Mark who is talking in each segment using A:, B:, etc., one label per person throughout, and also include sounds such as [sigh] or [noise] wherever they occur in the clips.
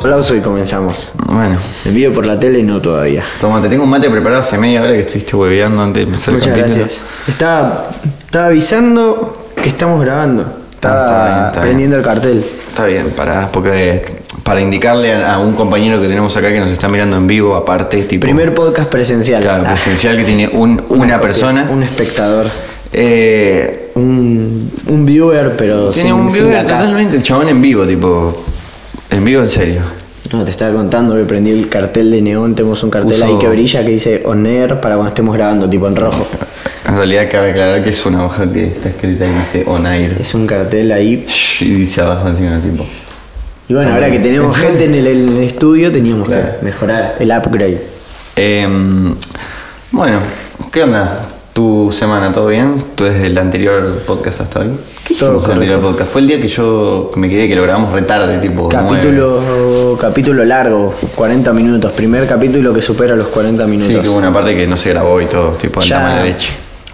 A: Aplauso y comenzamos.
B: Bueno,
A: El video por la tele no todavía.
B: toma, te tengo un mate preparado hace media hora que estuviste hueveando antes de empezar
A: Muchas
B: el capítulo.
A: gracias. Estaba, estaba avisando que estamos grabando. Estaba
B: Ah, está bien, está bien.
A: prendiendo el cartel.
B: Está bien, para, porque eh, para indicarle a, a un compañero que tenemos acá que nos está mirando en vivo, aparte, tipo.
A: Primer podcast presencial.
B: claro,
A: Ah,
B: presencial que tiene un- una, persona.
A: Un espectador.
B: eh,
A: Un, un viewer, pero
B: tiene
A: sin,
B: un
A: sin
B: viewer
A: data.
B: totalmente el chabón en vivo, tipo. En vivo en serio.
A: No, te estaba contando que prendí el cartel de neón. Tenemos un cartel
B: Puso-
A: ahí que brilla que dice on air para cuando estemos grabando, tipo en rojo.
B: En realidad cabe aclarar que es una hoja que está escrita y dice on air.
A: Es un cartel ahí.
B: Shh, Y dice abajo encima tipo.
A: Y bueno, ahora que
B: [laughs]
A: tenemos gente en el, en el estudio, teníamos
B: Ah, Claro.
A: que mejorar el upgrade.
B: Em, bueno, ¿qué onda? ¿Tu semana todo bien? ¿Tú desde el anterior podcast hasta hoy? ¿Qué
A: Todo
B: hicimos en el anterior podcast? Fue el día que yo me quedé que lo grabamos retarde, tipo. nueve.
A: Capítulo, capítulo largo, 40 minutos. Primer capítulo que supera los 40 minutos.
B: Sí, que hubo una parte que no se grabó y todo, tipo, anda mala leche.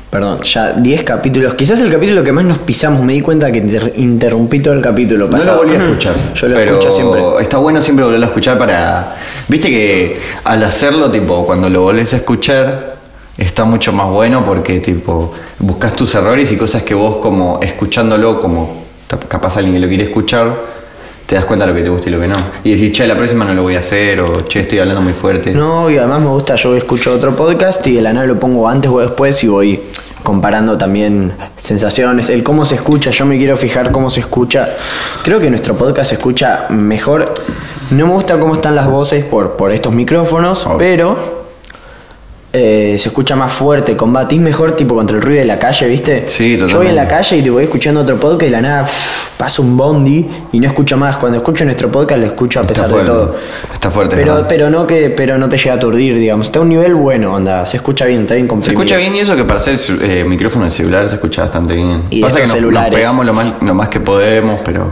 A: Perdón, ya 10 capítulos. Quizás el capítulo que más nos pisamos. Me di cuenta que inter- interrumpí todo el
B: No
A: capítulo
B: lo
A: pasado.
B: volví a escuchar.
A: Yo lo
B: pero
A: escucho siempre.
B: Está bueno siempre volverlo a escuchar para. Viste que al hacerlo, tipo, cuando lo volvés a escuchar, está mucho más bueno porque, tipo, buscas tus errores y cosas que vos, como escuchándolo, como ta- capaz alguien que lo quiere escuchar, te das cuenta de lo que te gusta y lo que no. Y decís, che, la próxima no lo voy a hacer, o che, estoy hablando muy fuerte.
A: No, y además me gusta, yo escucho otro podcast y de la nada lo pongo antes o después y voy comparando también sensaciones, el cómo se escucha, yo me quiero fijar cómo se escucha. Creo que nuestro podcast se escucha mejor. No me gusta cómo están las voces por, por estos micrófonos,
B: Obvio.
A: pero eh, se escucha más fuerte, combatís mejor tipo contra el ruido de la calle, ¿viste?
B: Sí,
A: Yo voy en
B: totalmente.
A: la calle y te voy escuchando otro podcast y de la nada pff, pasa un bondi y no escucho más. Cuando escucho nuestro podcast lo escucho a
B: Está
A: pesar de
B: fuerte,
A: todo.
B: está fuerte, es
A: Pero,
B: verdad.
A: pero no que, pero no te llega a aturdir, digamos. Está a un nivel bueno, onda. Se escucha bien, está bien
B: Se
A: comprimido.
B: escucha bien y eso que para ser el celu- eh, micrófono del celular se escucha bastante bien.
A: Y
B: Pasa
A: estos
B: que nos- nos,
A: celulares.
B: pegamos lo más, lo más que podemos, pero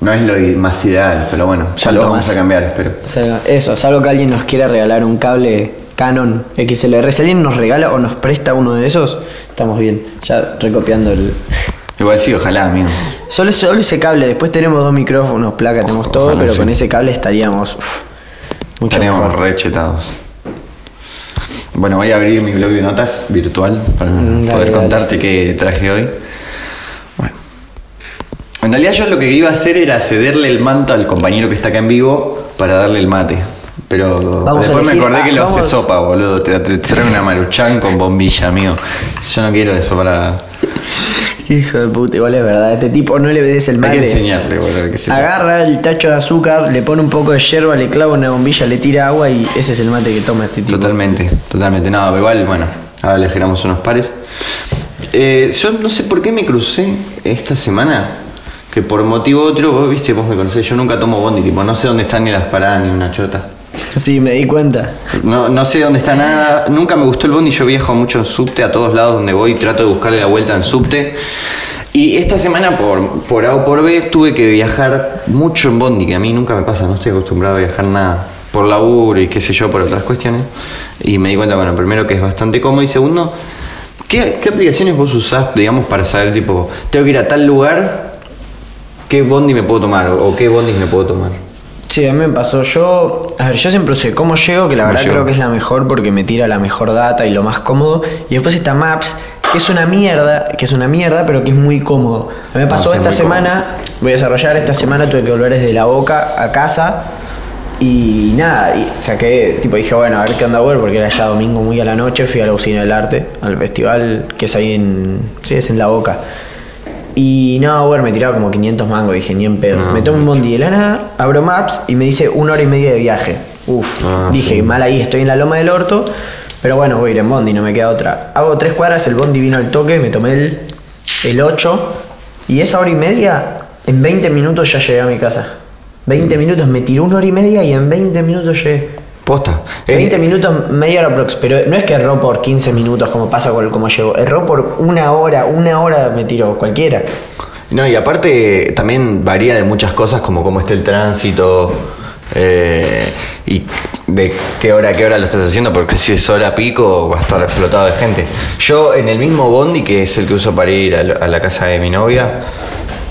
B: no es lo i- más ideal. Pero bueno, ya lo
A: Cuanto
B: vamos
A: más-
B: a cambiar, espero.
A: O sea, eso, salvo que alguien nos quiera regalar un cable Canon XLR. Si alguien nos regala o nos presta uno de esos, estamos bien. Ya recopiando el. [laughs]
B: Igual sí, ojalá, amigo.
A: Solo, solo ese cable, después tenemos dos micrófonos, placa, tenemos todo,
B: ojalá,
A: pero
B: sí.
A: con ese cable estaríamos. uf, mucho
B: Estaríamos
A: mejor.
B: rechetados. Bueno, voy a abrir mi blog de notas virtual para
A: Mm, dale,
B: poder
A: dale.
B: contarte qué traje hoy. Bueno. En realidad yo lo que iba a hacer era cederle el manto al compañero que está acá en vivo para darle el mate. Pero
A: a
B: después me
A: elegir-
B: acordé
A: ah,
B: que lo hace
A: vamos-
B: sopa, boludo. Te, te trae una maruchan con bombilla, amigo. Yo no quiero eso para...
A: Hijo de puta, igual es verdad. Este tipo no le des el
B: Hay
A: mate.
B: que enseñarle, boludo. Que se
A: Agarra el tacho de azúcar, le pone un poco de yerba, le clava una bombilla, le tira agua y ese es el mate que toma este tipo.
B: Totalmente, totalmente. No, pero igual, bueno, ahora le giramos unos pares. Eh, yo no sé por qué me crucé esta semana, que por motivo otro, vos viste, vos me conocés, yo nunca tomo bondi, tipo, no sé dónde están ni las paradas ni una chota.
A: Sí, me di cuenta.
B: No, no sé dónde está nada, nunca me gustó el bondi, yo viajo mucho en subte, a todos lados donde voy trato de buscarle la vuelta en subte. Y esta semana por, por A o por B tuve que viajar mucho en bondi, que a mí nunca me pasa, no estoy acostumbrado a viajar nada por laburo y qué sé yo, por otras cuestiones. Y me di cuenta, bueno, primero que es bastante cómodo y segundo, ¿qué, qué aplicaciones vos usás, digamos, para saber, tipo, tengo que ir a tal lugar, qué bondi me puedo tomar o qué bondis me puedo tomar?
A: Sí, a mí me pasó. Yo, a ver, yo siempre usé cómo llego, que la
B: ¿Cómo
A: verdad
B: llego?
A: creo que es la mejor porque me tira la mejor data y lo más cómodo. Y después está Maps, que es una mierda, que es una mierda, pero que es muy cómodo. A mí me pasó
B: sí, es
A: esta
B: muy cómodo.
A: semana, voy a desarrollar esta semana, tuve que volver desde la boca a casa. Y nada, y saqué, tipo dije, bueno, a ver qué onda vuelvo, porque era ya domingo muy a la noche, fui a la usina del arte, al festival que es ahí en. Sí, es en la boca. Y no, bueno, me tiraba como 500 mangos, dije, ni en pedo.
B: No,
A: me tomo un bondi de lana, abro maps y me dice una hora y media de viaje. Uf,
B: Ah,
A: dije,
B: sí.
A: mal ahí, estoy en la loma del orto, pero bueno, voy a ir en bondi, no me queda otra. Hago tres cuadras, el bondi vino al toque, me tomé el, el 8 y esa hora y media, en 20 minutos ya llegué a mi casa.
B: Mm.
A: 20 minutos, me tiró una hora y media y en 20 minutos llegué.
B: Posta. Es-
A: 20 minutos, media hora aprox, pero no es que erró por 15 minutos como pasa con el cómo llegó, erró por una hora, una hora me tiró, cualquiera.
B: No, y aparte también varía de muchas cosas como cómo esté el tránsito eh, y de qué hora a qué hora lo estás haciendo, porque si es hora pico va a estar explotado de gente. Yo en el mismo bondi, que es el que uso para ir a, la- a la casa de mi novia,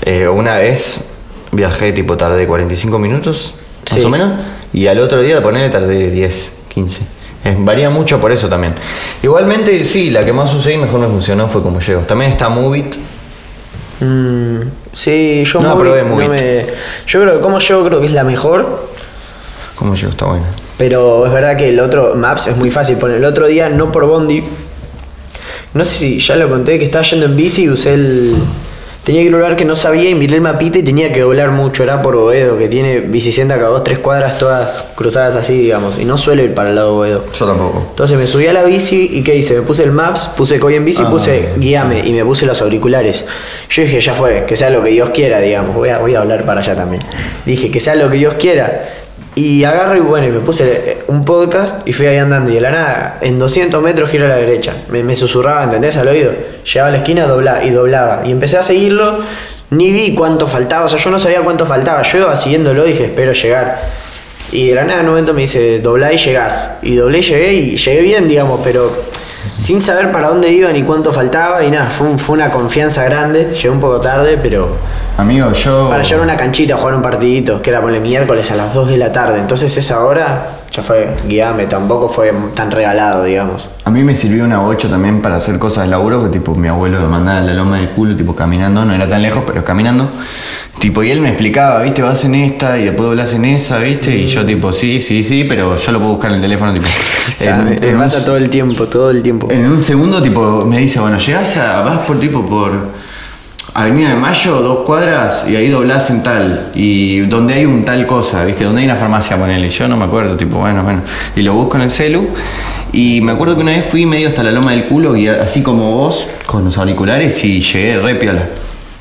B: eh, una vez viajé tipo tarde 45 minutos más o menos. Y al otro día ponerle tardé 10, 15. Eh, varía mucho por eso también. Igualmente, sí, la que más usé y mejor me funcionó fue como llego. También está Movit.
A: Mm, sí, yo
B: No la
A: Movit
B: probé Movit.
A: me- Yo creo que como yo creo que es la mejor,
B: ¿Cómo llego? Está buena.
A: pero es verdad que el otro Maps es muy fácil. Por el otro día, no por Bondi. No sé si ya lo conté, que estaba yendo en bici y usé el. Tenía que ir a un lugar que no sabía y miré el mapita y tenía que doblar mucho. Era por Boedo, que tiene bicicenda cada dos, tres cuadras todas cruzadas así, digamos. Y no suelo ir para el lado de Boedo.
B: Yo tampoco.
A: Entonces me subí a la bici y ¿qué hice? Me puse el Maps, puse Coy en bici,
B: Ah.
A: puse guíame y me puse los auriculares. Yo dije, ya fue, que sea lo que Dios quiera, digamos. Voy a, voy a hablar para allá también. Dije, que sea lo que Dios quiera. Y agarro y bueno, y me puse eh, un podcast y fui ahí andando. Y de la nada, en 200 metros giro a la derecha. Me, me susurraba, ¿entendés? Al oído. Llegaba a la esquina doblaba, y doblaba. Y empecé a seguirlo. Ni vi cuánto faltaba. O sea, yo no sabía cuánto faltaba. Yo iba siguiéndolo y dije, espero llegar. Y de la nada en un momento me dice, doblá y llegás. Y doblé y llegué y llegué bien, digamos, pero sin saber para dónde iba ni cuánto faltaba y nada, fue, un- fue una confianza grande. Llegué un poco tarde, pero
B: Amigo, yo.
A: para llegar a una canchita a jugar un partidito, que era ponle miércoles a las 2 de la tarde. Entonces esa hora ya fue, guiame, tampoco fue tan regalado, digamos.
B: A mí me sirvió una bocha también para hacer cosas de laburo, que tipo mi abuelo me mandaba a la loma del culo, tipo caminando, no era tan lejos, pero caminando. Tipo, y él me explicaba, viste, vas en esta y después doblas en esa, viste, y yo tipo, sí, sí, sí, pero yo lo puedo buscar en el teléfono,
A: [laughs]
B: tipo. en-
A: Sabe,
B: en
A: me
B: un
A: pasa todo el tiempo, todo el tiempo.
B: En un segundo, tipo, me dice, bueno, llegás a. vas por tipo por Avenida de Mayo, dos cuadras, y ahí doblás en tal. Y donde hay un tal cosa, viste, donde hay una farmacia, ponele. Yo no me acuerdo, tipo, bueno, bueno. Y lo busco en el celu. Y me acuerdo que una vez fui medio hasta la loma del culo, y así como vos, con los auriculares, y llegué re piola.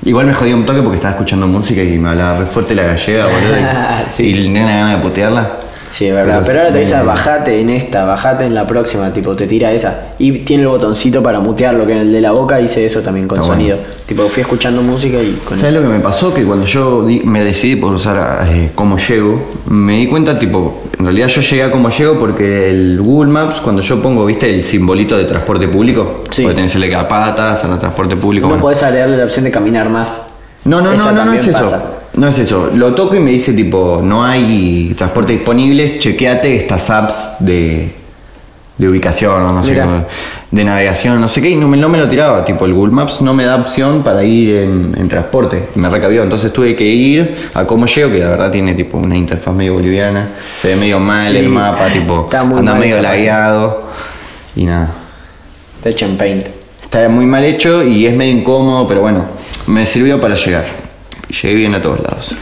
B: Igual me jodí un toque porque estaba escuchando música y me hablaba re fuerte la gallega, boludo. y-
A: [laughs] Sí.
B: Y tenía una gana de putearla.
A: Sí, es verdad. Pero, ahora te dice, bajate en esta, bajate en la próxima, tipo, te tira esa. Y tiene el botoncito para mutearlo, que en el de la boca hice eso también con
B: Está bueno.
A: sonido. Tipo, fui escuchando música y con
B: ¿Sabes lo que me pasó? Que cuando yo di- me decidí por usar eh, Como Llego, me di cuenta, tipo, en realidad yo llegué a Como Llego porque el Google Maps, cuando yo pongo, viste, el simbolito de transporte público,
A: Sí.
B: porque tenés el de patas, en el transporte público.
A: No
B: bueno.
A: podés agregarle la opción de caminar más.
B: No, no, no, no,
A: Esa
B: no
A: también
B: es eso.
A: pasa.
B: No es eso. Lo toco y me dice tipo, no hay transporte disponible, chequeate estas apps de, de ubicación o no sé,
A: Mirá.
B: cómo- de navegación, no sé qué, y no me, no me lo tiraba. Tipo, el Google Maps no me da opción para ir en, en transporte. Me recabió, entonces tuve que ir a cómo llego, que la verdad tiene tipo una interfaz medio boliviana, se ve medio mal
A: Sí.
B: el mapa, tipo,
A: Está muy
B: anda
A: mal
B: medio
A: esa página.
B: lagueado y nada.
A: Te echan paint.
B: Está muy mal hecho y es medio incómodo, pero bueno, me sirvió para llegar. Y Llegué bien a todos lados.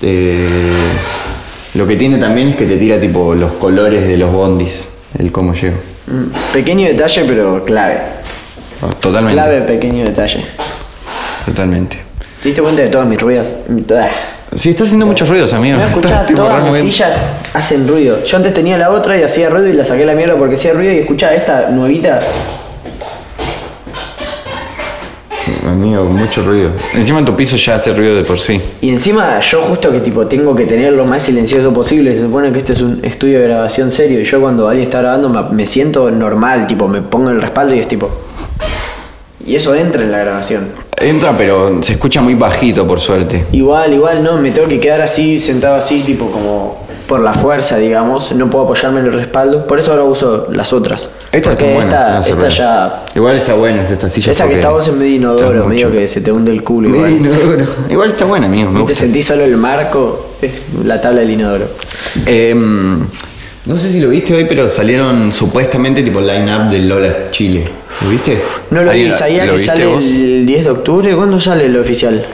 B: Eh, lo que tiene también es que te tira tipo los colores de los bondis, el cómo llego.
A: Mm, Pequeño detalle, pero clave.
B: Ah, Totalmente.
A: Clave, pequeño detalle.
B: Totalmente.
A: ¿Te diste cuenta de todas mis ruidas? Mi- todas.
B: Sí, está haciendo muchos ruidos, amigo.
A: No
B: Está,
A: escuchás,
B: tipo,
A: todas
B: re
A: las
B: moviendo.
A: sillas hacen ruido. Yo antes tenía la otra y hacía ruido y la saqué a la mierda porque hacía ruido y escuchá esta nuevita.
B: Amigo, mucho ruido. Encima en tu piso ya hace ruido de por sí.
A: Y encima yo justo que tipo tengo que tener lo más silencioso posible. Se supone que este es un estudio de grabación serio y yo cuando alguien está grabando me, me siento normal, tipo me pongo el respaldo y es tipo... Y eso entra en la grabación.
B: Entra, pero se escucha muy bajito, por suerte.
A: Igual, igual, no, me tengo que quedar así, sentado así, tipo como por la fuerza, digamos. No puedo apoyarme en el respaldo. Por eso ahora uso las otras.
B: Esta está
A: Porque
B: buena.
A: esta,
B: hace
A: esta
B: ruido.
A: ya...
B: Igual está buena esta silla.
A: Esa que
B: porque
A: está vos en medio inodoro,
B: está
A: medio
B: mucho.
A: que se te hunde el culo.
B: Medio
A: Igual.
B: inodoro. Igual está buena, amigo. Me
A: Y te
B: gusta.
A: sentís solo el marco, es la tabla del inodoro.
B: Em, no sé si lo viste hoy, pero salieron supuestamente tipo line-up del Lola Chile. ¿Lo viste?
A: No lo
B: Ahí
A: vi,
B: la-
A: sabía
B: ¿lo
A: que
B: viste
A: sale
B: vos?
A: el 10 de octubre. ¿Cuándo sale el oficial?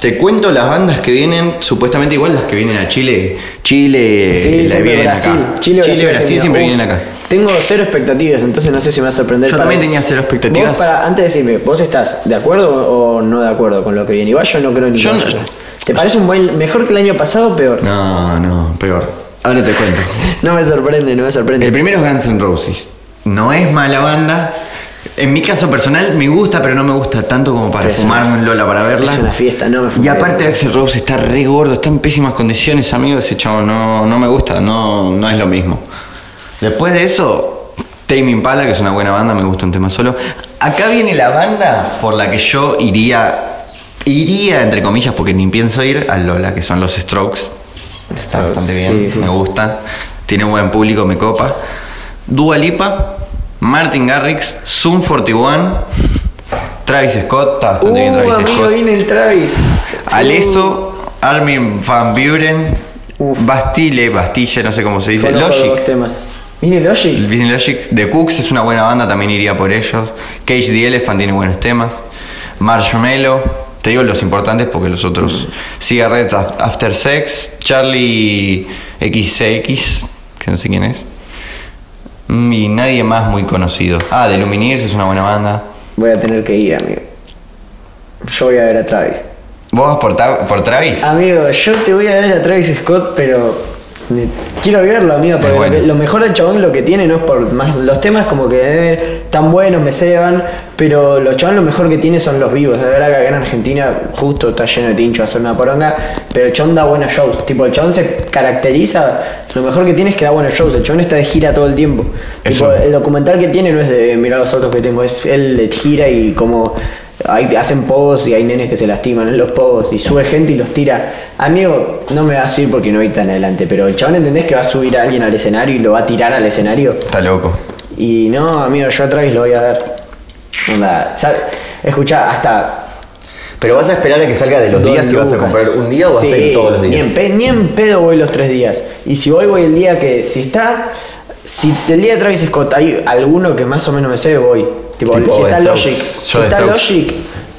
B: Te cuento las bandas que vienen, supuestamente igual las que vienen a Chile. Chile,
A: Sí,
B: las
A: siempre
B: Eh, vienen
A: Brasil.
B: acá.
A: Chile, Brasil, Argentina.
B: siempre
A: Uf,
B: vienen acá.
A: Tengo cero expectativas, entonces no sé si me va a sorprender.
B: Yo
A: para-
B: también tenía cero expectativas.
A: Vos para- antes de decirme, ¿vos estás de acuerdo o no de acuerdo con lo que viene? Igual yo no creo ni
B: Yo
A: que
B: no-
A: vaya. ¿Te parece un buen, mejor que el año pasado o peor? No.
B: No, no, peor. Ahora te cuento.
A: me sorprende, no me sorprende.
B: El primero es Guns N' Roses. No es mala banda. En mi caso personal me gusta, pero no me gusta tanto como para
A: Pero es
B: fumarme
A: una-
B: un Lola para verla.
A: es una fiesta, no me fumé.
B: Y aparte Axel Rose está re gordo, está en pésimas condiciones, amigo. Ese chavo no, no me gusta, no, no es lo mismo. Después de eso, Tame Impala, que es una buena banda, me gusta un tema solo. Acá viene la banda por la que yo iría Iría, entre comillas, porque ni pienso ir, al Lola, que son los Strokes. Está
A: Strokes,
B: bastante bien,
A: sí, sí.
B: me gusta. Tiene un buen público, me copa. Dua Lipa, Martin Garrix, Zoom 41, Travis Scott, está
A: Uh,
B: bastante bien Travis
A: amigo,
B: Scott.
A: viene el Travis.
B: Alesso, Armin Van Buren,
A: Uf.
B: Bastille, Bastille, no sé cómo se dice,
A: Uh, Conozco
B: Logic.
A: dos temas. Viene
B: El
A: Logic.
B: Business Logic de Cooks es una buena banda, también iría por ellos. Cage the Elephant tiene buenos temas. Marshmallow, te digo los importantes porque los otros. Cigarettes Af- After Sex, Charlie XCX, que no sé quién es. Mm, Y nadie más muy conocido. Ah, The Lumineers es una buena banda.
A: Voy a tener que ir, amigo. Yo voy a ver a Travis.
B: ¿Vos vas por, Ta- por Travis?
A: Amigo, yo te voy a ver a Travis Scott, pero ne- quiero verlo, amigo, porque
B: bueno.
A: lo que- lo mejor del chabón lo que tiene no es por más los temas como que eh, tan buenos me ceban, pero los chabón lo mejor que tiene son los vivos. La verdad que acá en Argentina justo está lleno de tincho a hacer una poronga, pero el chabón da buenos shows. Tipo, el chabón se caracteriza, lo mejor que tiene es que da buenos shows. El chabón está de gira todo el tiempo.
B: Eso.
A: Tipo, el documental que tiene no es de mirar los autos que tengo, es él de gira y como hay- hacen pogos y hay nenes que se lastiman en los pogos y sube gente y los tira. Amigo, no me vas a ir porque no voy tan adelante, pero el chabón entendés que va a subir a alguien al escenario y lo va a tirar al escenario.
B: Está loco.
A: Y no, amigo, yo a Travis lo voy a ver. Onda, ¿sabes? escuchá, hasta.
C: Pero vas a esperar a que salga de los
A: Don
C: días y vas a
A: Lucas.
C: comprar un día o vas a
A: Sí,
C: ir todos los
A: Ni
C: días.
A: en, pe- ni en pedo voy los tres días. Y si voy, voy el día que. Si está. Si el día de Travis Scott hay alguno que más o menos me sé, voy. Tipo,
B: Tipo
A: si
B: de
A: está
B: Strokes.
A: Logic. Si
B: Yo de
A: está
B: Strokes.
A: Logic.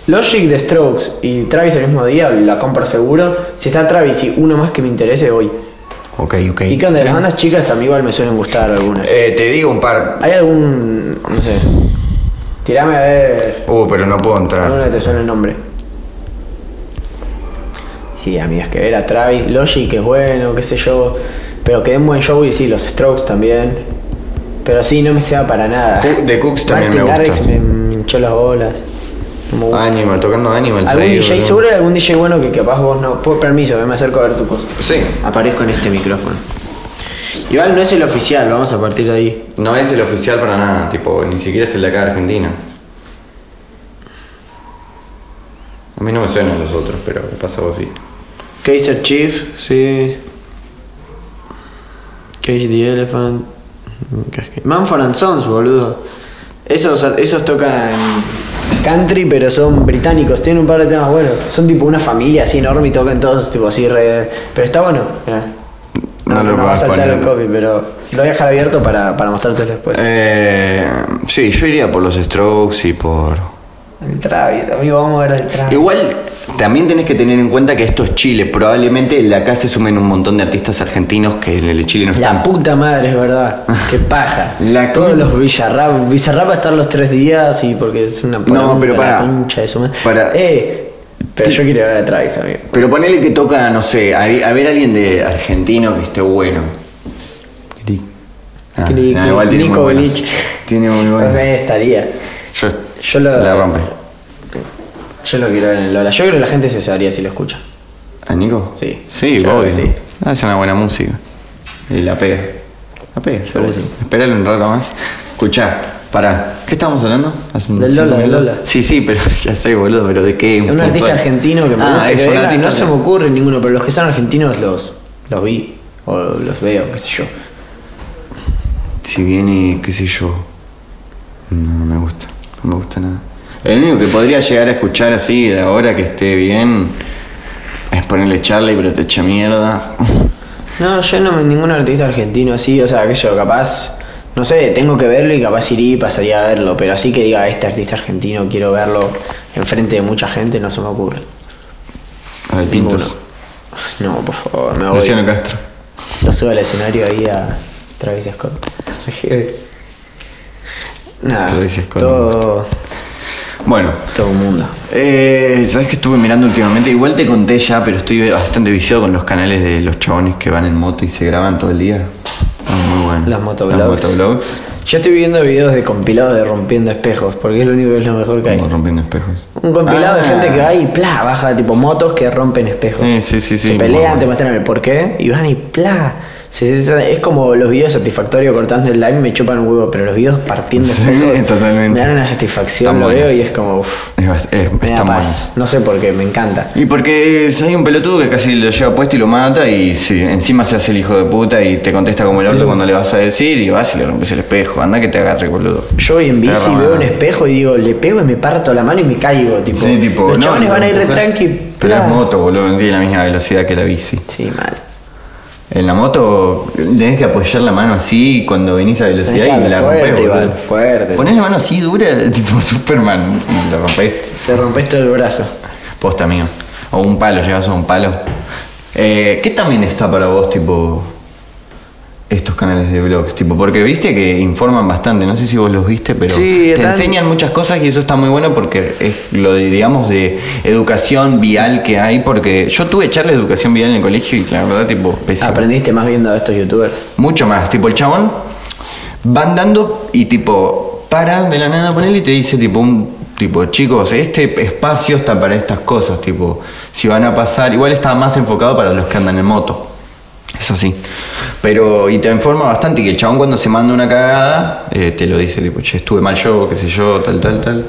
A: Logic de Strokes y Travis el mismo día, la compro seguro. Si está Travis y uno más que me interese, voy.
B: Ok, ok.
A: Y que onda, las bandas chicas a mí igual me suelen gustar algunas.
B: Eh, te digo un par.
A: ¿Hay algún. no sé. Tirame a ver.
B: Uh, pero no puedo entrar.
A: Alguno que te suena el nombre. Sí, amigas, que era Travis, Logic que es bueno, qué sé yo. Pero que den buen show y sí, los Strokes también. Pero sí, no me sea para nada.
B: Cu- de Cooks también
A: Martin
B: me gusta. Ah,
A: Garrix me- me hinchó las bolas. No me gusta.
B: Animal, tocando Animal.
A: ¿Algún
B: ahí,
A: DJ,
B: boludo.
A: seguro hay algún DJ bueno que capaz vos no. Por permiso, que me acerco a ver tu cosa.
B: Sí.
A: Aparezco en este micrófono. Igual no es el oficial, vamos a partir de ahí.
B: No es el oficial para nada, tipo, ni siquiera es el de acá de Argentina. A mí no me suenan los otros, pero me pasa a vos sí.
A: Kaiser Chief, sí. Cage the Elephant. Manford and Sons, boludo. Esos, esos tocan country, pero son británicos. Tienen un par de temas buenos. Son tipo una familia así enorme y tocan todos tipo así re... Pero está bueno. mirá.
B: Eh. No lo
A: va
B: voy
A: a
B: a
A: saltar
B: poner.
A: el copy, pero lo voy a dejar abierto para, para mostrártelo después.
B: Eh, sí, yo iría por los Strokes y por...
A: El Travis, amigo, vamos a ver el Travis.
B: Igual, también tenés que tener en cuenta que esto es Chile. Probablemente el de acá se sumen un montón de artistas argentinos que en el de Chile no
A: La
B: están.
A: puta madre,
B: [laughs]
A: es verdad. Qué paja.
B: La
A: Todos
B: con-
A: los Villarrap. Villarrap va a estar los tres días y porque es una poronga,
B: pero
A: la
B: pará.
A: concha de su madre.
B: Pará.
A: Eh, pero yo quiero ver a Travis, amigo.
B: Pero ponele que toca, no sé, a, a ver alguien de argentino que esté bueno. Ah,
A: Clic,
B: ah, igual tiene
A: Nico
B: muy buenos.
A: Bilic.
B: Tiene muy buenos.
A: Me estaría.
B: Yo,
A: Yo lo-
B: La rompe.
A: Yo lo quiero ver en el Lola. Yo creo que la gente se cebaría si lo escucha.
B: ¿A Nico?
A: Sí.
B: Sí,
A: Yo creo
B: obvio.
A: que sí.
B: Hace una buena música. Y la pega. La pega, seguro.
A: sí.
B: Esperale un rato más. Escuchá, pará. ¿Qué estábamos hablando? Hace un
A: Del
B: cinco
A: Lola, del
B: minutos.
A: Lola.
B: Sí, sí, pero [laughs] ya sé, boludo, pero de qué.
A: Un artista argentino que me
B: ah,
A: gusta.
B: es
A: que
B: un
A: venga,
B: artista
A: no se me ocurre ninguno, pero los que son argentinos los, los vi. O los veo, qué sé yo.
B: Si viene, qué sé yo. No, no me gusta. No me gusta nada. El único que podría llegar a escuchar así de ahora que esté bien es ponerle Charlie, pero te echa mierda. [laughs]
A: No, yo no, ningún artista argentino así, o sea, que yo capaz, no sé, tengo que verlo y capaz iría y pasaría a verlo, pero así que diga, este artista argentino quiero verlo enfrente de mucha gente, no se me ocurre.
B: A ver, Pintos.
A: Ninguno. No, por favor, me voy.
B: Luciano Castro.
A: Lo subo al escenario ahí a Travis Scott. [laughs] Nada,
B: Travis Scott,
A: todo,
B: Bueno,
A: todo el mundo.
B: eh, sabes que estuve mirando últimamente, igual te conté ya, pero estoy bastante viciado con los canales de los chabones que van en moto y se graban todo el día. Están muy buenos.
A: Los motoblogs.
B: Los motoblogs.
A: Yo estoy viendo videos de compilados de Rompiendo Espejos, porque es lo único que es lo mejor que hay.
B: Como rompiendo espejos.
A: Un compilado de
B: Ah.
A: gente que va y pla, baja tipo motos que rompen espejos.
B: Sí, sí, sí, sí,
A: Se pelean,
B: bueno.
A: te muestran el porqué y van y pla. Sí, sí, sí, es como los videos satisfactorios cortando el lime me chupan un huevo, pero los videos
B: [laughs]
A: partiendo
B: Sí,
A: espejos
B: totalmente.
A: me dan una satisfacción,
C: Están
A: lo veo
C: buenos.
A: y es como, uff,
B: Es bast- es-
A: me da
B: están
A: paz. No sé por qué, me encanta.
B: Y porque hay un pelotudo que casi lo lleva puesto y lo mata y si encima se hace el hijo de puta y te contesta como el orto cuando le vas a decir y vas y le rompes el espejo, anda que te agarre, boludo.
A: Yo voy en bici,
B: Perro,
A: veo un
B: mano.
A: espejo y digo, le pego y me parto la mano y me caigo. Tipo,
B: Sí, tipo,
A: los
B: no,
A: chavales
B: no,
A: van a ir re
B: pues,
A: tranqui.
B: Pero
A: pla.
B: es moto, boludo, no tiene la misma velocidad que la bici.
A: Sí, mal.
B: En la moto tenés que apoyar la mano así cuando venís a velocidad
A: Tenés
B: y
A: que
B: la
A: darle
B: rompés,
A: fuerte,
B: boludo.
A: Iván, fuerte.
B: Ponés la mano así dura, [laughs] tipo Superman, y la rompés.
A: Te rompes todo el brazo.
B: Posta, amigo. O un palo, llegas a un palo. Eh, ¿Qué también está para vos, tipo, estos canales de blogs? Tipo, porque viste que informan bastante, no sé si vos los viste, pero
A: Sí,
B: te
A: están-
B: enseñan muchas cosas y eso está muy bueno porque es lo, de, digamos, de educación vial que hay, porque yo tuve charla de educación vial en el colegio y la verdad, tipo, pésimo.
A: Aprendiste más viendo a estos youtubers.
B: Mucho más. Tipo, el chabón va andando y tipo, para de la nada con él y te dice tipo un. Tipo, chicos, este espacio está para estas cosas, tipo, si van a pasar, igual está más enfocado para los que andan en moto. Eso sí. Pero, y te informa bastante que el chabón cuando se manda una cagada, eh, te lo dice, tipo, che, estuve mal yo, qué sé yo, tal, tal, tal.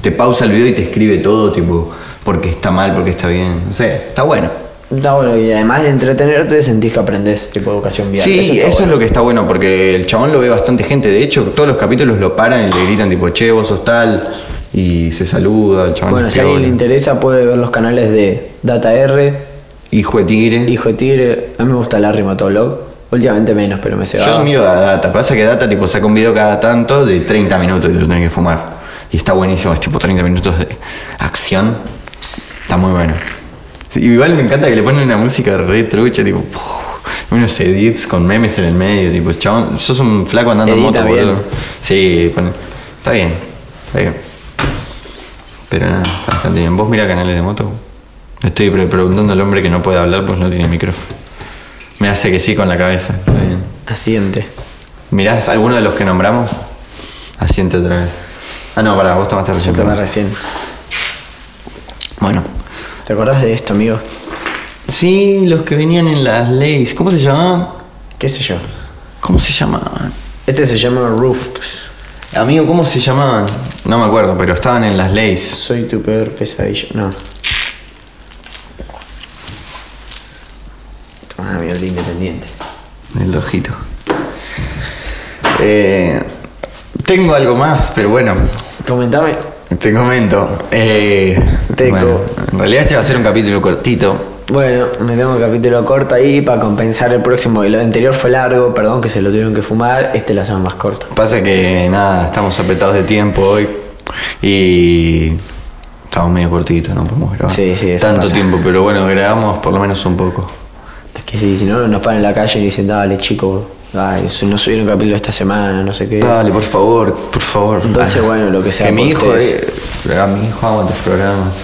B: Te pausa el video y te escribe todo, tipo, porque está mal, porque está bien. No sé, está bueno.
A: Está bueno, y además de entretenerte, sentís que aprendés tipo educación vial.
B: Sí, eso,
A: está
B: es
A: bueno.
B: lo que está bueno, porque el chabón lo ve bastante gente. De hecho, todos los capítulos lo paran y le gritan tipo, che, vos sos tal. Y se saluda, el chabón.
A: Bueno,
B: es
A: si a alguien le
B: piola.
A: interesa, puede ver los canales de Data R,
B: Hijo de tigre.
A: Hijo de Tigre. A mí me gusta Larry Motoblog. Últimamente menos, pero me se
B: Yo
A: va.
B: miro a Data. Pasa que Data tipo saca un video cada tanto de 30 minutos y lo tenés que fumar. Y está buenísimo, es tipo 30 minutos de acción. Está muy bueno. Sí, igual me encanta que le ponen una música re trucha, tipo. unos edits con memes en el medio, tipo, chabón, sos un flaco andando
A: Edita
B: en moto,
A: bien.
B: boludo. Sí, pone- está bien, está bien. Pero nada, está bastante bien. ¿Vos mira canales de moto? Estoy pre- preguntando al hombre que no puede hablar, pues no tiene micrófono. Me hace que sí con la cabeza, está bien.
A: Ah, Asiente.
B: ¿Mirás alguno de los que nombramos? Asiente otra vez. Ah, no, pará, vos tomaste
A: Yo
B: recién.
A: tomé recién.
B: Bueno.
A: ¿Te acordás de esto, amigo?
B: Sí, los que venían en las leyes. ¿Cómo se llamaban?
A: ¿Qué sé yo?
B: ¿Cómo se llamaban?
A: Este se llama Roofs.
B: Amigo, ¿cómo se llamaban? No me acuerdo, pero estaban en las leyes.
A: Soy tu peor pesadilla. No. Ah, mi el independiente.
B: El ojito. Eh, tengo algo más, pero bueno,
A: Comentame.
B: te comento. Eh,
A: Te
B: bueno,
A: co-
B: en realidad este va a ser un capítulo cortito.
A: Bueno, me tengo un capítulo corto ahí para compensar el próximo. El anterior fue largo, perdón que se lo tuvieron que fumar. Este lo hacemos más corto.
B: Pasa que nada, estamos apretados de tiempo hoy y estamos medio cortitos, no podemos grabar.
A: Sí, sí, eso
B: Tanto
A: pasa.
B: tiempo, pero bueno, grabamos por lo menos un poco.
A: Es que sí, si no, nos paran en la calle y dicen, dale, chico, ay, su- no subieron capítulo esta semana, no sé qué.
B: Dale, por favor, por favor.
A: Entonces, bueno, lo que sea
B: Ah. Que mi
A: por
B: hijo,
A: ustedes.
B: eh, a mi hijo ama tus programas.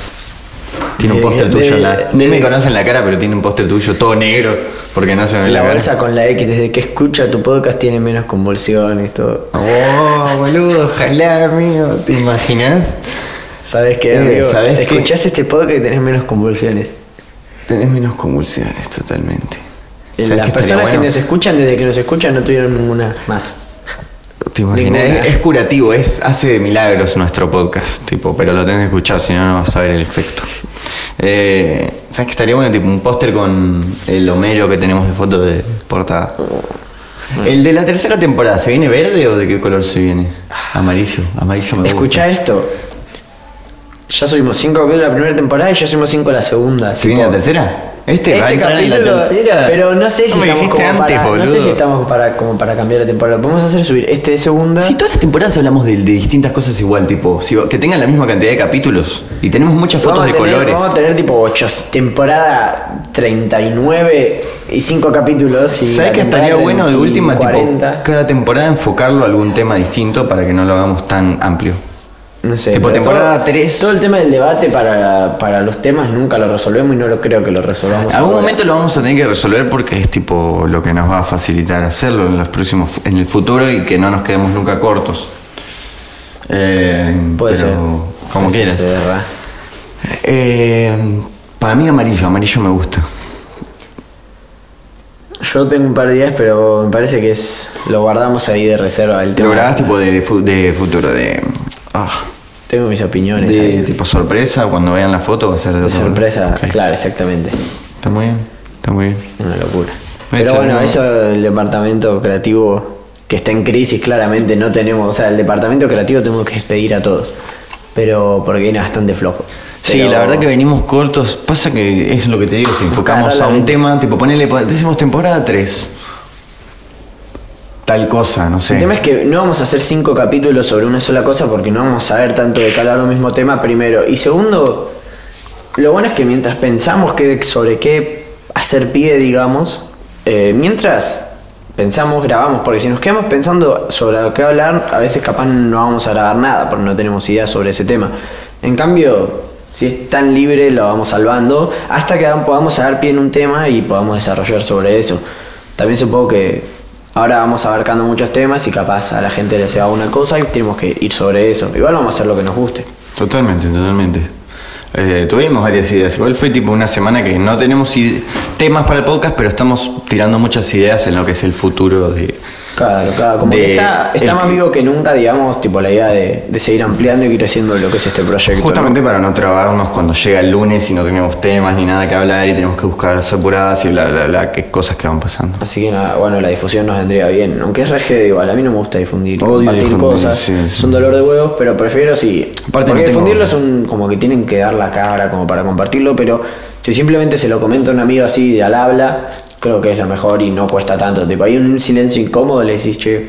B: Tiene un
A: Debe-
B: póster tuyo en la.
A: debe-
B: Ni me
A: debe-
B: conocen la cara, pero tiene un póster tuyo todo negro porque no se me ve la,
A: la
B: cara.
A: bolsa con la X, desde que escucha tu podcast tiene menos convulsiones, todo.
B: Oh, boludo, ojalá, amigo. ¿Te imaginas?
A: ¿Sabes qué,
B: Eh,
A: amigo?
B: ¿sabes qué?
A: Escuchás este podcast y tenés menos convulsiones.
B: Tenés menos convulsiones, totalmente. ¿Sabes
A: Eh, Las
B: qué estaría
A: personas
B: bueno?
A: que nos escuchan, desde que nos escuchan, no tuvieron ninguna más.
B: ¿Te imaginas?
A: Ninguna.
B: Es, es curativo, es, hace de milagros nuestro podcast, tipo, pero lo tenés que escuchar, si no, no vas a ver el efecto. Eh, ¿Sabes que estaría bueno? Tipo, un póster con el Homero que tenemos de foto de portada. El de la tercera temporada, ¿se viene verde o de qué color se viene? Amarillo, amarillo me gusta.
A: Escuchá esto. Ya subimos 5 capítulos de la primera temporada y ya subimos 5 la segunda.
B: ¿Se viene la tercera? Este, va a
A: Este
B: entrar en
A: capítulo,
B: la tercera.
A: pero no sé si
B: me
A: estamos
B: dijiste
A: como
B: antes,
A: para, no sé
B: boludo.
A: si estamos para como para cambiar la temporada. Lo podemos hacer subir este de segunda.
B: Si todas las temporadas hablamos de, de distintas cosas igual, tipo, si- que tengan la misma cantidad de capítulos y tenemos muchas fotos
A: vamos,
B: de
A: a tener,
B: colores.
A: vamos a tener tipo 8, temporada 39 y 5 capítulos. Y
B: ¿Sabes
A: la
B: que estaría
A: temporada
B: bueno de última,
A: 40?
B: tipo, cada temporada enfocarlo a algún tema distinto para que no lo hagamos tan amplio?
A: No sé.
B: Tipo
A: pero
B: temporada
A: todo-
B: tres.
A: Todo el tema del debate para, para los temas nunca lo resolvemos y no lo creo que lo resolvamos.
B: En algún
A: ahora.
B: momento lo vamos a tener que resolver porque es tipo lo que nos va a facilitar hacerlo en los próximos, en el futuro y que no nos quedemos nunca cortos. Eh,
A: Puede
B: pero
A: ser.
B: Como
A: Puede ser,
B: quieras.
A: de verdad.
B: Eh, para mí amarillo, amarillo me gusta.
A: Yo tengo un par de días, pero me parece que es lo guardamos ahí de reserva el
B: Lo
A: tema.
B: grabás tipo de, fu- de futuro, de. Ah,
A: Tengo mis opiniones. ahí.
B: de tipo sorpresa, cuando vean la foto va a ser de
A: De
B: otro-
A: sorpresa,
B: Ok.
A: claro, exactamente.
B: Está muy bien, está muy bien.
A: Una locura.
B: Puede
A: Pero
B: ser,
A: bueno,
B: ¿no?
A: eso el departamento creativo que está en crisis, claramente no tenemos. O sea, el departamento creativo tenemos que despedir a todos. Pero porque viene bastante flojo.
B: Sí,
A: Pero-
B: la verdad que venimos cortos. Pasa que es lo que te digo, si enfocamos
A: Claro,
B: a
A: la-
B: un tema, tipo, ponele, pon- decimos temporada 3. Tal cosa, no sé.
A: El tema es que no vamos a hacer cinco capítulos sobre una sola cosa porque no vamos a ver tanto de cada un mismo tema, primero. Y segundo, lo bueno es que mientras pensamos que sobre qué hacer pie, digamos, eh, mientras pensamos, grabamos, porque si nos quedamos pensando sobre lo que hablar, a veces capaz no vamos a grabar nada porque no tenemos idea sobre ese tema. En cambio, si es tan libre, lo vamos salvando hasta que podamos dar pie en un tema y podamos desarrollar sobre eso. También supongo que Ahora vamos abarcando muchos temas y capaz a la gente le se va una cosa y tenemos que ir sobre eso. Igual vamos a hacer lo que nos guste.
B: Totalmente, totalmente. Eh, tuvimos varias ideas. Igual fue tipo una semana que no tenemos ide- temas para el podcast, pero estamos tirando muchas ideas en lo que es el futuro de.
A: Claro, claro. Como
B: De-
A: que está, está
B: el-
A: más vivo que nunca, digamos, tipo la idea de, de seguir ampliando y creciendo lo que es este proyecto.
B: Justamente para no trabarnos cuando llega el lunes y no tenemos temas ni nada que hablar y tenemos que buscar las apuradas y bla, bla, bla, qué cosas que van pasando.
A: ¿no? Así que nada, bueno, la difusión nos vendría bien. Aunque es rejedo igual, a mí no me gusta difundir,
B: Odio
A: compartir
B: difundir,
A: cosas.
B: sí, sí.
A: Es un dolor de huevos, pero prefiero si.
B: Aparte
A: porque
B: no tengo-
A: difundirlo es un. como que tienen que dar la cara como para compartirlo, pero si simplemente se lo comenta a un amigo así de al habla, creo que es lo mejor y no cuesta tanto. Tipo, hay un silencio incómodo, le decís, che,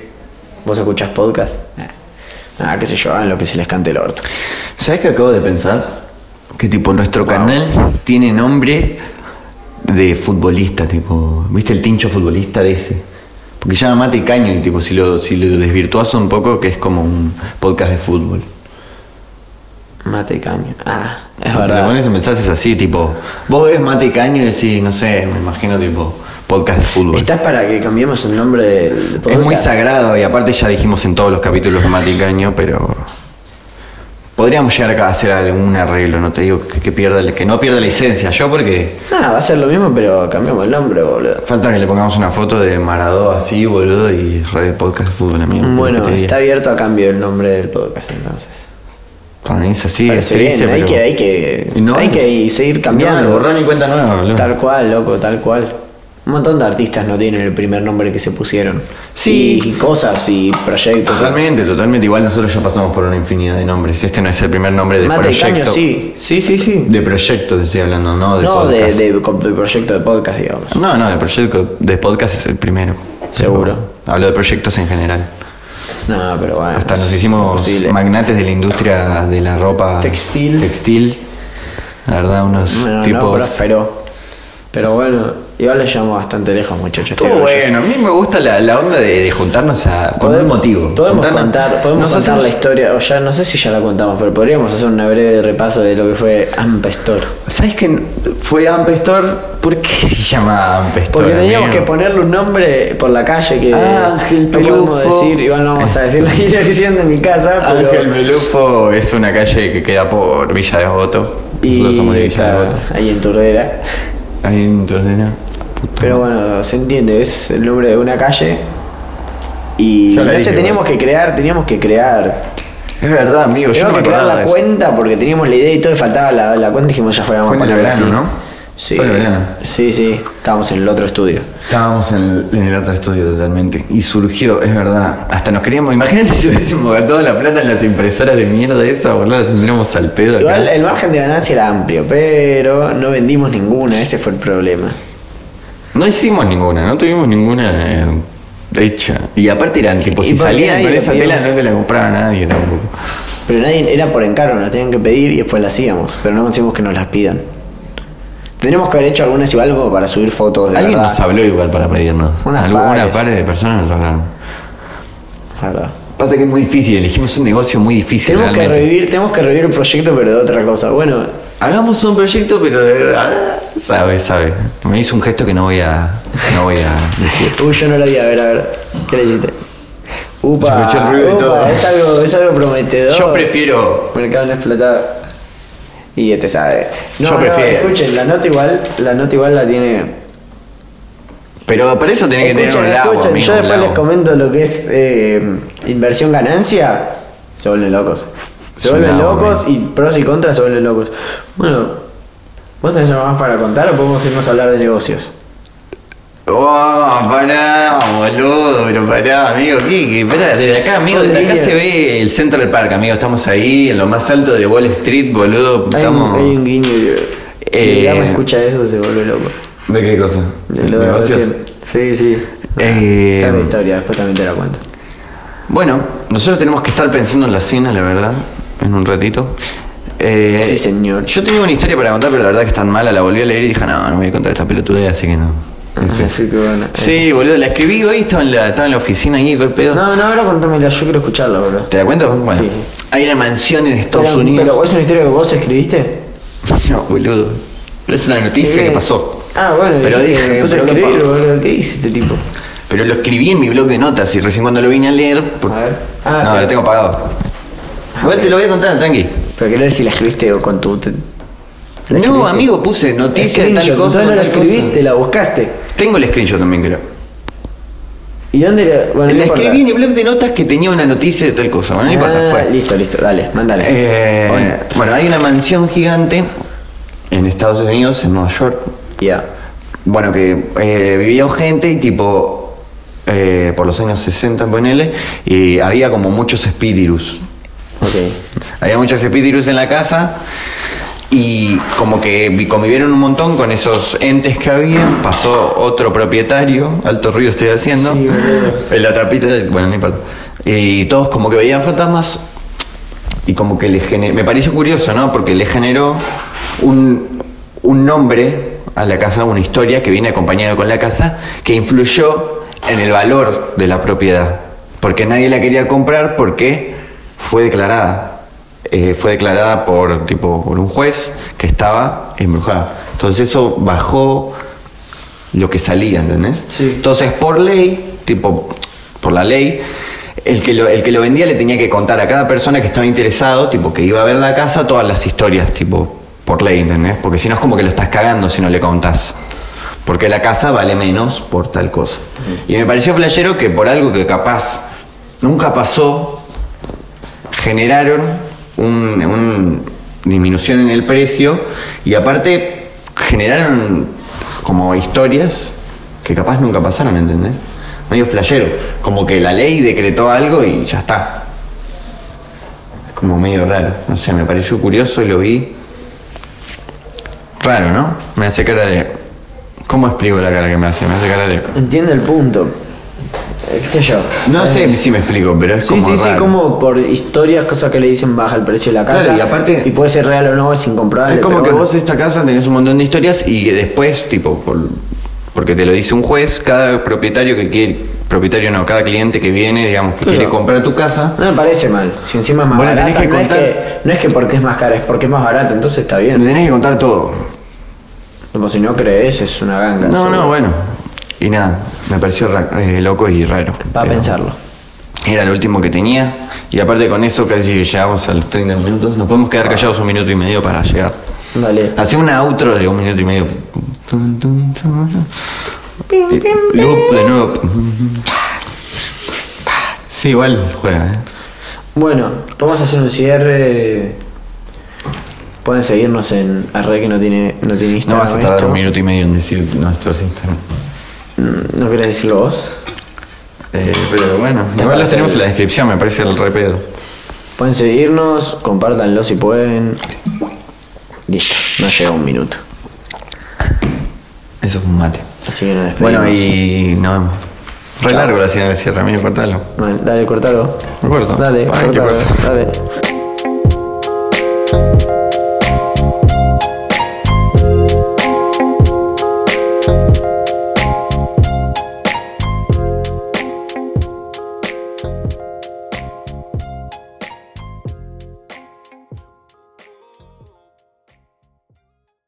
A: vos escuchás podcast. Ah, qué sé yo, hagan lo que se les cante el orto.
B: ¿Sabes qué acabo de pensar? Que tipo nuestro canal tiene nombre de futbolista, tipo, ¿viste el tincho futbolista de ese? Porque llama Mate Caño y tipo si lo si lo desvirtuás un poco que es como un podcast de fútbol.
A: Mate y caña. Ah, es
B: Te
A: verdad.
B: pones en mensajes así, tipo, vos ves Mate Caño y decís, no sé, me imagino tipo podcast de fútbol.
A: ¿Estás para que cambiemos el nombre del
B: es
A: podcast?
B: muy sagrado y aparte ya dijimos en todos los capítulos de Mate Caño, pero podríamos llegar acá a hacer algún arreglo, no te digo que, que pierda el- que no pierda la licencia, yo porque
A: Ah, va a ser lo mismo, pero cambiamos el nombre, boludo.
B: Falta que le pongamos una foto de Maradó así, boludo, y red podcast de fútbol, amigo.
A: Bueno,
B: Te digo.
A: está abierto a cambio el nombre del podcast entonces.
B: Para mí es así, es
A: Parece
B: triste,
A: bien, hay
B: pero...
A: que, hay que,
B: Y no-
A: hay que seguir cambiando.
B: No, borrón y cuenta nueva, boludo.
A: tal cual, loco, tal cual. Un montón de artistas no tienen el primer nombre que se pusieron.
B: Sí.
A: Y, y cosas y proyectos.
B: Totalmente, totalmente. Igual nosotros ya pasamos por una infinidad de nombres. Este no es el primer nombre de
A: Mate y
B: proyecto.
A: Caño, sí. Sí, sí, sí.
B: De proyecto te estoy hablando, no de
A: no, de,
B: podcast.
A: de, con- de proyecto de podcast, digamos.
B: No, no, de proyecto, de podcast es el primero. Pero
A: Seguro.
B: Hablo de proyectos en general.
A: No, pero bueno.
B: Hasta
A: es
B: nos hicimos
A: imposible.
B: magnates de la industria de la ropa
A: Textil.
B: Textil. La verdad, unos
A: Bueno, no,
B: tipos.
A: pero, pero, pero bueno, igual lo llevamos bastante lejos, muchachos. estoy
B: Estuvo
A: orgulloso.
B: bueno, a mí me gusta la, la onda de, de juntarnos a, con un motivo.
A: Podemos
B: Juntarnos-
A: contar, podemos
B: nos
A: contar
B: hacemos-
A: la historia, o ya no sé si ya la contamos, pero podríamos hacer un breve repaso de lo que fue Ampestor.
B: ¿Sabes que fue Ampestor? ¿Por qué se llama Ampestor?
A: Porque teníamos
B: amigo?
A: que ponerle un nombre por la calle que
B: Ah, Ángel
A: no podemos
B: Pelufo.
A: decir, igual no vamos a
B: [laughs]
A: decir la dirección de mi casa, pero
B: Ángel Melufo es una calle que queda por Villa de Voto. Nosotros somos de
A: y
B: Villa de
A: claro,
B: Voto.
A: ahí en Turdera.
B: Ahí en Tordena.
A: Pero bueno, se entiende, es el nombre de una calle. Y
B: Ya la
A: no sé,
B: dije,
A: teníamos que crear, teníamos que crear
B: Es verdad, amigo. Yo no
A: Teníamos
B: me
A: que crear
B: acordaba
A: la
B: de eso.
A: cuenta porque teníamos la idea y todo, y faltaba la, la cuenta y dijimos ya fue,
B: Fue
A: vamos
B: en
A: a
B: el
A: ponerla
B: verano,
A: así.
B: ¿no?
A: Sí.
B: Fue en el verano.
A: Sí, sí, estábamos en el otro estudio.
B: Estábamos en el, en el otro estudio totalmente. Y surgió, es verdad. Hasta nos queríamos. Imagínate si hubiésemos gastado la plata en las impresoras de mierda esa, boludo. Tendríamos al pedo acá.
A: Igual el margen de ganancia era amplio, pero no vendimos ninguna, ese fue el problema.
B: No hicimos ninguna, no tuvimos ninguna eh, hecha. Y aparte eran tipo,
A: Y
B: si
A: porque
B: salían
A: nadie
B: con
A: lo
B: esa
A: pidió.
B: tela no te la compraba nadie tampoco.
A: Pero nadie era por encargo, nos tenían que pedir y después la hacíamos, pero no conseguimos que nos las pidan. Tendremos que haber hecho algunas igual como para subir fotos de
B: Alguien
A: verdad.
B: nos habló igual para pedirnos.
A: Unas
B: Algunas
A: pares.
B: pares de personas nos hablaron.
A: Verdad.
B: Pasa que es muy difícil, elegimos un negocio muy difícil.
A: Tenemos que
B: realmente.
A: revivir, tenemos que revivir el proyecto pero de otra cosa. Bueno,
B: Hagamos un proyecto, pero de verdad. Sabe, sabe. Me hizo un gesto que no voy a. No voy a decir.
A: [laughs] Uy, yo no lo vi, a ver, a ver. ¿Qué le hiciste? Upa,
B: Se escuchó el ruido y
A: upa,
B: todo.
A: Es, algo, es algo prometedor.
B: Yo prefiero.
A: Mercado no explotado. Y este sabe. No,
B: Yo
A: no,
B: prefiero.
A: escuchen, la nota igual, la nota igual la tiene.
C: Pero para eso tenés que tener
A: Escuchen,
C: un lago,
A: escuchen,
C: amigo,
A: yo
C: un
A: después les
C: lago.
A: comento lo que es eh, inversión ganancia. Se vuelven locos. Se
C: Es un
A: vuelven
C: lago,
A: locos y pros y contras se vuelven locos. Bueno, ¿vos tenés algo más para contar o podemos irnos a hablar de negocios?
C: Oh,
B: Pará, boludo, pero pará, amigo, ¿qué? qué? Pará, desde acá, amigo, desde acá
A: Familia.
B: se ve el Central Park, amigo, estamos ahí, en lo más alto de Wall Street, boludo,
A: Hay un,
B: estamos...
A: hay un guiño. y- Si
B: Eh,
A: Gama escucha eso, se vuelve loco.
B: ¿De qué cosa?
A: De lo de
B: ¿Negocios?
A: recién. Sí, sí.
B: Eh,
A: Es mi historia, después también te la cuento.
B: Bueno, nosotros tenemos que estar pensando en la cena, la verdad, en un ratito. Eh,
A: Sí, señor.
B: Yo tenía una historia para contar, pero la verdad que es tan mala, la volví a leer y dije, no, no voy a contar esta pelotudez, así que no.
A: Así que bueno. eh.
B: Sí, boludo, la escribí hoy, estaba en la, estaba en la oficina ahí, ver pedo.
A: No, no, ahora contámela, yo quiero escucharla, boludo.
B: ¿Te la cuento? Bueno.
A: Sí.
B: Hay una mansión en Estados
A: Pero-
B: Unidos.
A: Pero, ¿es una historia que vos escribiste?
B: No, boludo. Pero es una noticia que pasó.
A: Ah, bueno,
B: Pero
A: yo
B: dije,
A: me puse a
B: pero
A: escribir,
B: capaz.
A: boludo. ¿Qué dice este tipo?
B: Pero lo escribí en mi blog de notas y recién cuando lo vine a leer. por-
A: A ver. Ah,
B: no,
A: pero-
B: lo tengo pagado. Igual te lo voy a contar, tranqui.
A: Pero quiero ver si la escribiste o con tu. te-
B: No,
A: la escribiste.
B: amigo, puse noticias de tal
A: Screenshot,
B: cosa.
A: entonces no
B: de
A: la
B: tal cosa.
A: escribiste, la buscaste.
B: Tengo el screenshot también, creo.
A: ¿Y dónde la.? Bueno, no
B: la
A: importa.
B: escribí en mi blog de notas que tenía una noticia de tal cosa. Bueno, no importa,
A: Ah,
B: fue.
A: Listo, listo, dale, mándale.
B: Eh,
A: Bueno,
B: bueno, hay una mansión gigante en Estados Unidos, en Nueva York,
A: ya.
B: Bueno, que eh, vivía gente y tipo, eh, por los años 60, ponele, y había como muchos espíritus.
A: Ok.
B: Había muchos espíritus en la casa y como que vi- convivieron un montón con esos entes que había. Pasó otro propietario, alto ruido estoy haciendo,
A: Sí, boludo.
B: en la tapita del... Bueno, no importa. Y todos como que veían fantasmas y como que le generó... Me pareció curioso, ¿no? Porque le generó un, un nombre a la casa, una historia que viene acompañada con la casa, que influyó en el valor de la propiedad. Porque nadie la quería comprar porque fue declarada. Eh, fue declarada por, tipo, por un juez que estaba embrujada. Entonces eso bajó lo que salía, ¿entendés?
A: Sí.
B: Entonces, por ley, tipo, por la ley, el que, lo, el que lo vendía le tenía que contar a cada persona que estaba interesado, tipo, que iba a ver la casa, todas las historias, tipo, por ley, ¿entendés? Porque si no es como que lo estás cagando si no le contás. Porque la casa vale menos por tal cosa. Y me pareció flashero que por algo que capaz nunca pasó, generaron una disminución en el precio y aparte generaron como historias que capaz nunca pasaron, ¿entendés? Medio flashero, como que la ley decretó algo y ya está. Es como medio raro, no sé, me pareció curioso y lo vi. Raro, ¿no? Me hace cara de... ¿Cómo explico la cara que me hace? Me hace cara de...
A: Entiendo el punto. Eh, ¿Qué sé yo? Eh,
B: No sé si me explico, pero es
A: Sí,
B: como
A: sí, sí,
B: raro.
A: como por historias, cosas que le dicen baja el precio de la casa.
B: Claro, y aparte-
A: Y puede ser real o no, es incomprobable.
B: Es como
A: pero
B: que
A: bueno.
B: vos esta casa tenés un montón de historias y después, tipo, por- porque te lo dice un juez, cada propietario que quiere, propietario no, cada cliente que viene, digamos, que
A: Claro.
B: quiere comprar tu casa,
A: No me parece mal. Si encima es más
B: Bueno,
A: barata,
B: tenés que
A: no,
B: contar-
A: es que, no es que porque es más cara, es porque es más barata, entonces está
B: le
A: bien.
B: tenés que contar todo.
A: Como si no crees, es una ganga.
B: No,
A: seguro.
B: no, bueno. Y nada, me pareció ra- eh, loco y raro.
A: Para
B: pero
A: pensarlo.
B: Era lo último que tenía. Y aparte con eso casi llegamos a los 30 minutos. Nos podemos quedar callados un minuto y medio para llegar.
A: Dale.
B: Hacé una outro de un minuto y medio. Eh, Loop de nuevo. Sí, igual juega, eh.
A: Bueno, vamos a hacer un cierre. Pueden seguirnos en Arre que no tiene, no tiene
B: No
A: Instagram.
B: vas a tardar
A: esto.
B: un minuto y medio en decir nuestros Instagram.
A: Mm, ¿No querés decirlo vos?
B: Eh, pero bueno, igual los tenemos en la descripción, me parece el repedo.
A: Pueden seguirnos, compártanlo si pueden. Listo, no llega un minuto.
B: Eso fue un mate.
A: Así que nos despedimos.
B: Bueno, y nos vemos. Re largo la señal del cierre, amigo, cortalo.
A: Bueno, dale, cortalo.
B: Lo corto.
A: Dale,
B: Ay, qué
A: cortalo.
B: cosa.
A: Dale.